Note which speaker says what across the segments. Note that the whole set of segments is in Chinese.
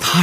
Speaker 1: 他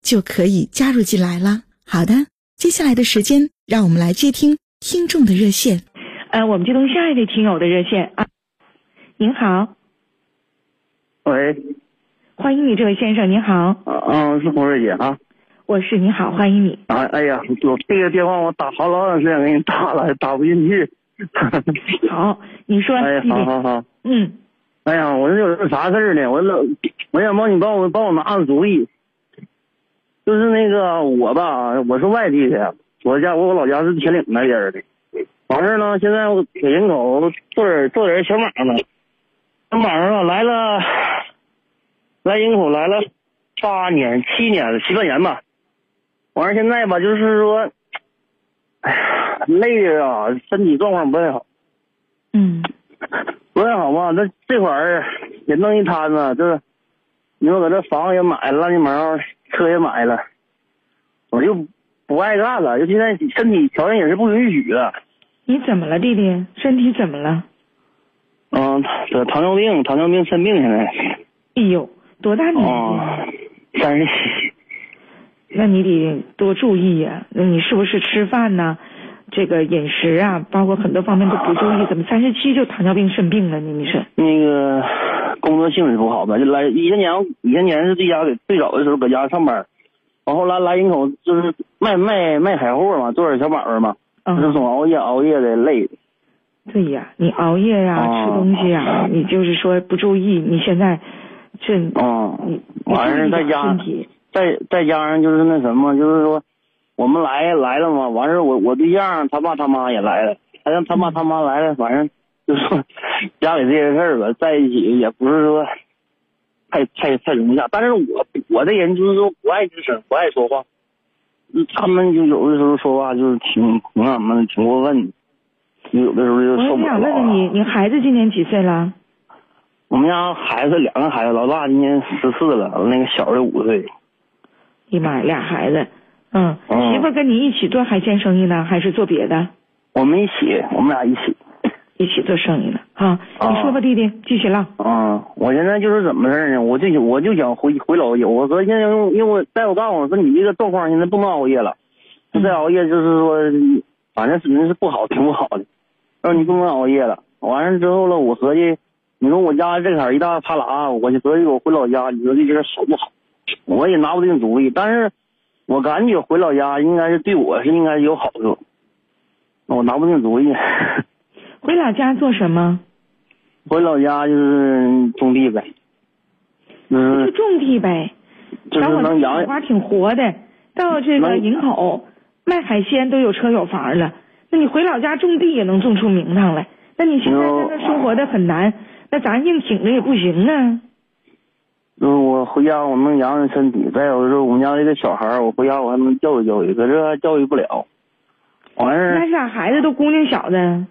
Speaker 2: 就可以加入进来了。好的，接下来的时间，让我们来接听听众的热线。
Speaker 3: 呃，我们接通下一位听友的热线啊。您好，
Speaker 4: 喂，
Speaker 3: 欢迎你，这位先生，您好，
Speaker 4: 啊啊，是红瑞姐啊
Speaker 3: 我是你好，欢迎你。
Speaker 4: 啊！哎呀，我这个电话我打好老长时间给你打了，打不进去。
Speaker 3: 好，你说，
Speaker 4: 哎呀，
Speaker 3: 弟弟
Speaker 4: 好好好，
Speaker 3: 嗯，
Speaker 4: 哎呀，我这有点啥事儿呢？我老，我想帮你帮我帮我拿个主意，就是那个我吧，我是外地的，我家我我老家是铁岭那边儿的，完事儿呢，现在我给人口做点做点小买卖，小买卖吧来了，来人口来了八年七年了七八年吧，完事儿现在吧就是说，哎呀，累的啊，身体状况不太好。
Speaker 3: 嗯，
Speaker 4: 不太好吧？那这会儿也弄一摊子，这你说搁这房也买了，乱七八糟车也买了，我就不爱干了。就现在身体条件也是不允许的，
Speaker 3: 你怎么了，弟弟？身体怎么了？
Speaker 4: 嗯，得糖尿病，糖尿病肾病现在，
Speaker 3: 哎呦，多大年纪了？
Speaker 4: 哦，三十七，
Speaker 3: 那你得多注意呀、那你是不是吃饭呐、这个饮食啊，包括很多方面都不注意，怎么三十七就糖尿病肾病了呢？你是？
Speaker 4: 那个工作性质不好吧？就来以前年以前年是在家给最早的时候搁家上班，完后来来人口就是卖卖卖海货嘛，做点小买卖嘛，就是
Speaker 3: 嗯，
Speaker 4: 总熬夜熬夜的累的。
Speaker 3: 对呀，你熬夜呀、
Speaker 4: 哦
Speaker 3: 吃东西呀、你就是说不注意，你现在这你
Speaker 4: 嗯，
Speaker 3: 你
Speaker 4: 完事
Speaker 3: 注
Speaker 4: 儿
Speaker 3: 意
Speaker 4: 再
Speaker 3: 点
Speaker 4: 加
Speaker 3: 身体，
Speaker 4: 再再加上就是那什么，就是说我们来来了嘛，完事儿我我对象他爸他妈也来了，他让他爸他妈来了，反正就是说家里这些事儿吧，在一起也不是说太太太容易下，但是我我这人就是说不爱吱声，不爱说话，嗯他们就有的时候说话就是挺挺那什么的，挺过分的，就有的时候就受
Speaker 3: 我
Speaker 4: 不了
Speaker 3: 想问问你，
Speaker 4: 啊。
Speaker 3: 你孩子今年几岁了？
Speaker 4: 我们家孩子两个孩子，老大今年十四了，那个小的五岁。
Speaker 3: 哎呀妈呀，俩孩子，嗯，
Speaker 4: 嗯
Speaker 3: 媳妇儿跟你一起做海鲜生意呢，还是做别的？
Speaker 4: 我们一起，我们俩一起。
Speaker 3: 一起做生意呢？哈，
Speaker 4: 啊
Speaker 3: 你说吧，弟弟，继续唠。
Speaker 4: 嗯，我现在就是怎么事儿呢？我就我就想回回老家。我说现在因为因为我大夫告诉我说你这个状况现在不能熬夜了，
Speaker 3: 嗯
Speaker 4: 再熬夜就是说，反正是那是不好，挺不好的。让你不能熬夜了。完了之后了，我合计，你说我家这坎儿一大趴拉，我就合计我回老家，你说这事儿好不好？我也拿不定主意，但是我感觉回老家应该是对我是应该有好处。我拿不定主意。
Speaker 3: 回老家做什么？
Speaker 4: 回老家就是种地呗，
Speaker 3: 就
Speaker 4: 嗯，
Speaker 3: 种地呗。
Speaker 4: 就是
Speaker 3: 小伙
Speaker 4: 能
Speaker 3: 子
Speaker 4: 养
Speaker 3: 小花挺活的，到这个
Speaker 4: 能
Speaker 3: 营口卖海鲜都有车有房了。那你回老家种地也能种出名堂来。那你现在在
Speaker 4: 有
Speaker 3: 那生活的很难，那咱硬挺着也不行
Speaker 4: 嗯
Speaker 3: 啊。
Speaker 4: 就是嗯我回家我能养养身体，再有就是我们家这个小孩儿，我回家我还能教育教育，可是还教育不了。完事
Speaker 3: 那
Speaker 4: 儿，
Speaker 3: 俩孩子都姑娘小的，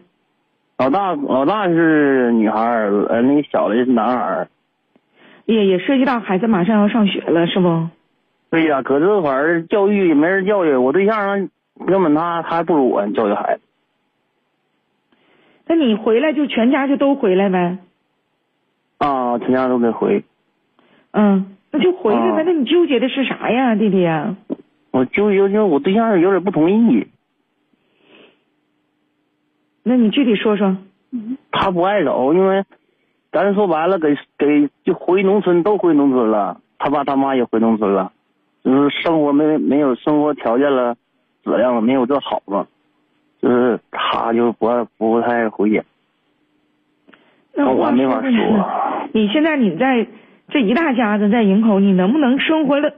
Speaker 4: 老大老大是女孩儿，呃，那个小的是男孩儿。
Speaker 3: 也也涉及到孩子马上要上学了，是不？
Speaker 4: 对哎呀、可这会儿教育也没人教育，我对象根本他他还不如我教育孩子。
Speaker 3: 那你回来就全家就都回来呗，
Speaker 4: 啊，全家都得回。
Speaker 3: 嗯，那就回来呗。
Speaker 4: 啊
Speaker 3: 那你纠结的是啥呀，弟啊弟呀？
Speaker 4: 我就有就我对象有点不同意，
Speaker 3: 那你具体说说。
Speaker 4: 他不爱走，因为咱说白了，给给就回农村都回农村了，他爸他妈也回农村了，就是生活没没有生活条件了，质量了没有这好嘛，就是他就不不太回应，
Speaker 3: 那
Speaker 4: 我
Speaker 3: 话
Speaker 4: 没
Speaker 3: 说
Speaker 4: 法
Speaker 3: 回来
Speaker 4: 说啊
Speaker 3: 了你现在你在这一大家子在营口，你能不能生活的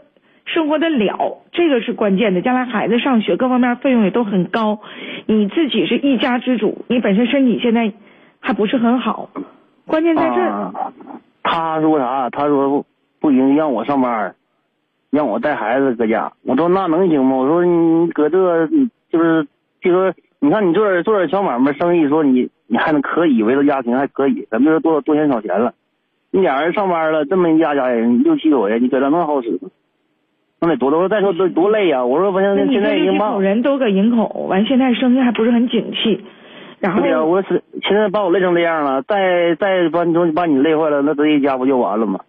Speaker 3: 生活得了？这个是关键的。将来孩子上学各方面费用也都很高，你自己是一家之主，你本身身体现在还不是很好，关键在这儿。
Speaker 4: 啊，他说啥？他说不不行，让我上班儿，让我带孩子搁家。我说那能行吗？我说你搁这你就是就说，你看你做点做点小买卖生意，说你你还能可以维持家庭，还可以，咱们这多多钱少钱了。你俩人上班了，这么一家家人六七口人，你搁这能好使吗？那得多多再说多多累呀、我说我现
Speaker 3: 那
Speaker 4: 在
Speaker 3: 你
Speaker 4: 现
Speaker 3: 这
Speaker 4: 在已
Speaker 3: 六
Speaker 4: 经
Speaker 3: 七
Speaker 4: 把
Speaker 3: 口
Speaker 4: 我
Speaker 3: 人都搁营口，完现在生意还不是很景气，然后
Speaker 4: 哎对呀、我是现在把我累成这样了，再再把你说把你累坏了，那这一家不就完了吗？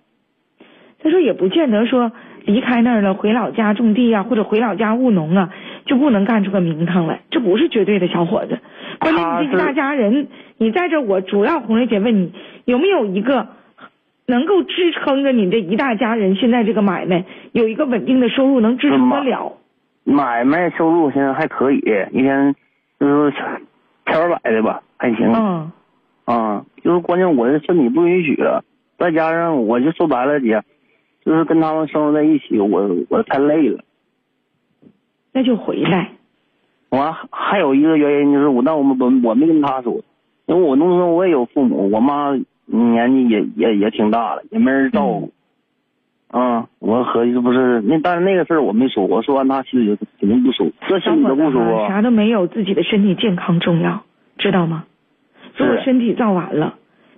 Speaker 3: 他说也不见得说离开那儿了，回老家种地啊，或者回老家务农啊，就不能干出个名堂来。这不是绝对的，小伙子。关键
Speaker 4: 他
Speaker 3: 你这一
Speaker 4: 是
Speaker 3: 大家人，你在这儿我主要红瑞姐问你，有没有一个能够支撑着你这一大家人现在这个买卖有一个稳定的收入，能支撑得了？
Speaker 4: 买卖收入现在还可以，一天就是千八百的吧，还行。啊、
Speaker 3: 嗯，
Speaker 4: 就是关键我的身体不允许了，再加上我就说白了姐，就是跟他们生活在一起，我我太累了。
Speaker 3: 那就回来。
Speaker 4: 完还有一个原因就是我，但我们我我没跟他说，因为我农村我也有父母，我妈年纪也也也挺大了，也没人照顾。啊、我合计这不是那，但是那个事儿我没说，我说完他心里就肯定不舒服，这
Speaker 3: 小
Speaker 4: 心里
Speaker 3: 伙
Speaker 4: 都
Speaker 3: 子
Speaker 4: 不舒服
Speaker 3: 啊，
Speaker 4: 啊。
Speaker 3: 啥都没有，自己的身体健康重要，知道吗？如果
Speaker 4: 是
Speaker 3: 身体造完了，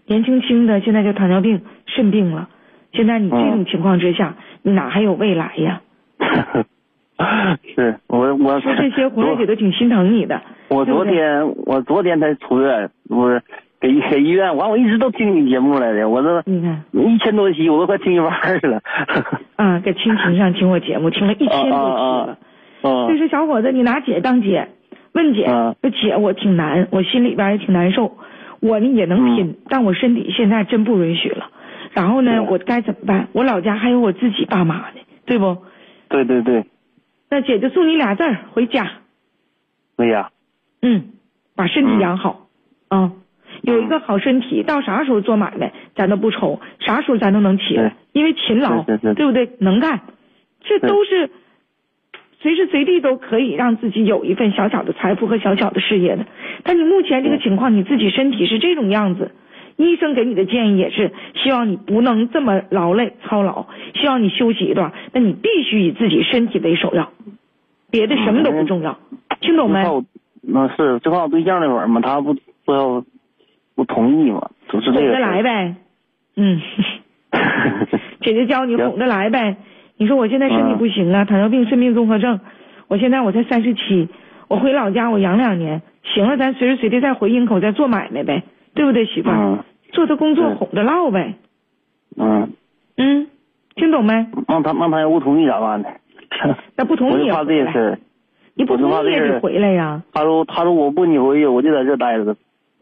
Speaker 3: 年轻轻的现在就糖尿病、肾病了，现在你这种情况之下，你哪还有未来呀？
Speaker 4: 是我我
Speaker 3: 说这些，红瑞姐都挺心疼你的。
Speaker 4: 我
Speaker 3: 对不
Speaker 4: 昨
Speaker 3: 对
Speaker 4: 天我昨天才出院，不是给给医院，完我一直都听你节目来的，我这
Speaker 3: 你看
Speaker 4: 一千多期我都快听一半儿了。
Speaker 3: 啊，在亲情上听我节目，听了一千多期
Speaker 4: 啊啊
Speaker 3: 了
Speaker 4: 啊。啊
Speaker 3: 所以说，小伙子，你拿姐当姐，问姐
Speaker 4: 啊，
Speaker 3: 说姐我挺难，我心里边也挺难受，我呢也
Speaker 4: 啊
Speaker 3: 能拼，但我身体现在真不允许了。然后呢，
Speaker 4: 对
Speaker 3: 我该怎么办？我老家还有我自己爸妈呢，对不？
Speaker 4: 对对对，
Speaker 3: 那姐就送你俩字儿，回家，
Speaker 4: 哎呀，
Speaker 3: 嗯，把身体养好，啊、有一个
Speaker 4: 嗯
Speaker 3: 好身体，到啥时候做买卖咱都不愁，啥时候咱都能起来
Speaker 4: 对，
Speaker 3: 因为勤劳，
Speaker 4: 对对对
Speaker 3: 对不对？能干，这都是随时随地都可以让自己有一份小小的财富和小小的事业的。但你目前这个
Speaker 4: 对
Speaker 3: 情况，你自己身体是这种样子，医生给你的建议也是希望你不能这么劳累操劳，希望你休息一段。那你必须以自己身体为首要，别的什么都不重要，
Speaker 4: 嗯
Speaker 3: 听懂
Speaker 4: 就
Speaker 3: 没
Speaker 4: 怕？我那是就怕我对象那会儿嘛，他不不要不同意嘛，就是
Speaker 3: 哄
Speaker 4: 这个
Speaker 3: 着
Speaker 4: 事
Speaker 3: 来
Speaker 4: 儿。
Speaker 3: 呗，嗯， 姐姐教你
Speaker 4: 行
Speaker 3: 哄着来呗。你说我现在身体
Speaker 4: 嗯
Speaker 3: 不行啊，糖尿病、肾病综合症，我现在我才三十七，我回老家我养两年，行了，咱随时随地再回营口再做买卖呗，对不对，媳妇儿？
Speaker 4: 嗯
Speaker 3: 做的工作
Speaker 4: 对
Speaker 3: 哄着唠呗，
Speaker 4: 嗯，
Speaker 3: 嗯，听懂没？
Speaker 4: 让他让他要不同意咋办呢？
Speaker 3: 那不
Speaker 4: 我
Speaker 3: 同意
Speaker 4: 就
Speaker 3: 也
Speaker 4: 怕这
Speaker 3: 回
Speaker 4: 个事
Speaker 3: 来，
Speaker 4: 儿。
Speaker 3: 你不
Speaker 4: 我就怕
Speaker 3: 同意也
Speaker 4: 这
Speaker 3: 得
Speaker 4: 个
Speaker 3: 回来呀。
Speaker 4: 他说他说我不你回去，我就在这待着，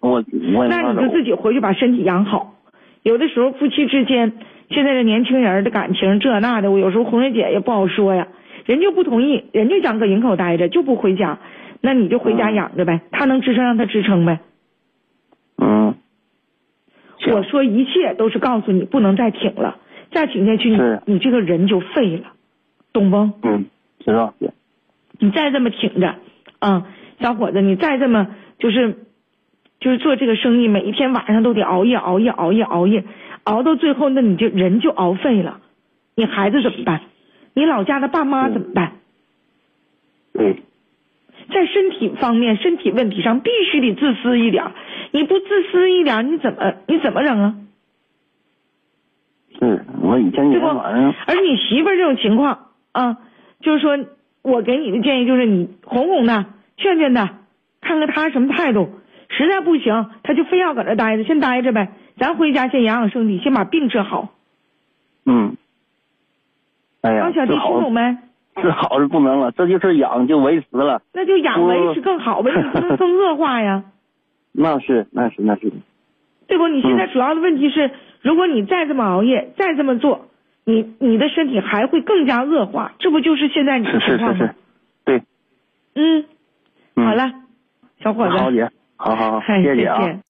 Speaker 4: 我嗯我也没
Speaker 3: 那
Speaker 4: 法
Speaker 3: 你
Speaker 4: 走
Speaker 3: 就。自己回去把身体养好。有的时候夫妻之间，现在的年轻人的感情这那的，我有时候红瑞姐也不好说呀。人就不同意，人就想搁营口待着，就不回家，那你就回家
Speaker 4: 嗯
Speaker 3: 养着呗。他能支撑让他支撑呗。
Speaker 4: 嗯，行
Speaker 3: 我说一切都是告诉你不能再挺了，再挺下去
Speaker 4: 是
Speaker 3: 你你这个人就废了，懂不？
Speaker 4: 嗯，知道姐。
Speaker 3: 你再这么挺着，啊，小伙子，你再这么就是就是做这个生意，每一天晚上都得熬夜熬夜熬夜熬夜，熬到最后，那你就人就熬废了。你孩子怎么办？你老家的爸妈怎么办？
Speaker 4: 对，
Speaker 3: 在身体方面、身体问题上，必须得自私一点儿。你不自私一点儿，你怎么你怎么整啊？
Speaker 4: 是我以前
Speaker 3: 对
Speaker 4: 天
Speaker 3: 不？
Speaker 4: 晚上，
Speaker 3: 而你媳妇儿这种情况啊，就是说我给你的建议就是你哄哄她，劝劝她，看看她什么态度。实在不行，她就非要搁那待着，先待着呗。咱回家先养养身体，先把病治好。
Speaker 4: 嗯，哎呀
Speaker 3: 啊，，小弟
Speaker 4: 这
Speaker 3: 听
Speaker 4: 好
Speaker 3: 懂没？
Speaker 4: 这好是不能了，这就是养就维持了，
Speaker 3: 那就养维持更好呗，
Speaker 4: 不
Speaker 3: 你不能更恶化 呀，
Speaker 4: 那是那是那是，
Speaker 3: 对不？你现在主要的问题是，如果你再这么熬夜，再这么做，你你的身体还会更加恶化，这不就是现在你的
Speaker 4: 是是
Speaker 3: 情况
Speaker 4: 是
Speaker 3: 吗？
Speaker 4: 是，对，
Speaker 3: 嗯，
Speaker 4: 嗯
Speaker 3: 好了，小伙子，
Speaker 4: 好姐，好好好，
Speaker 3: 嗨
Speaker 4: 谢谢
Speaker 3: 再
Speaker 4: 啊。
Speaker 3: 见。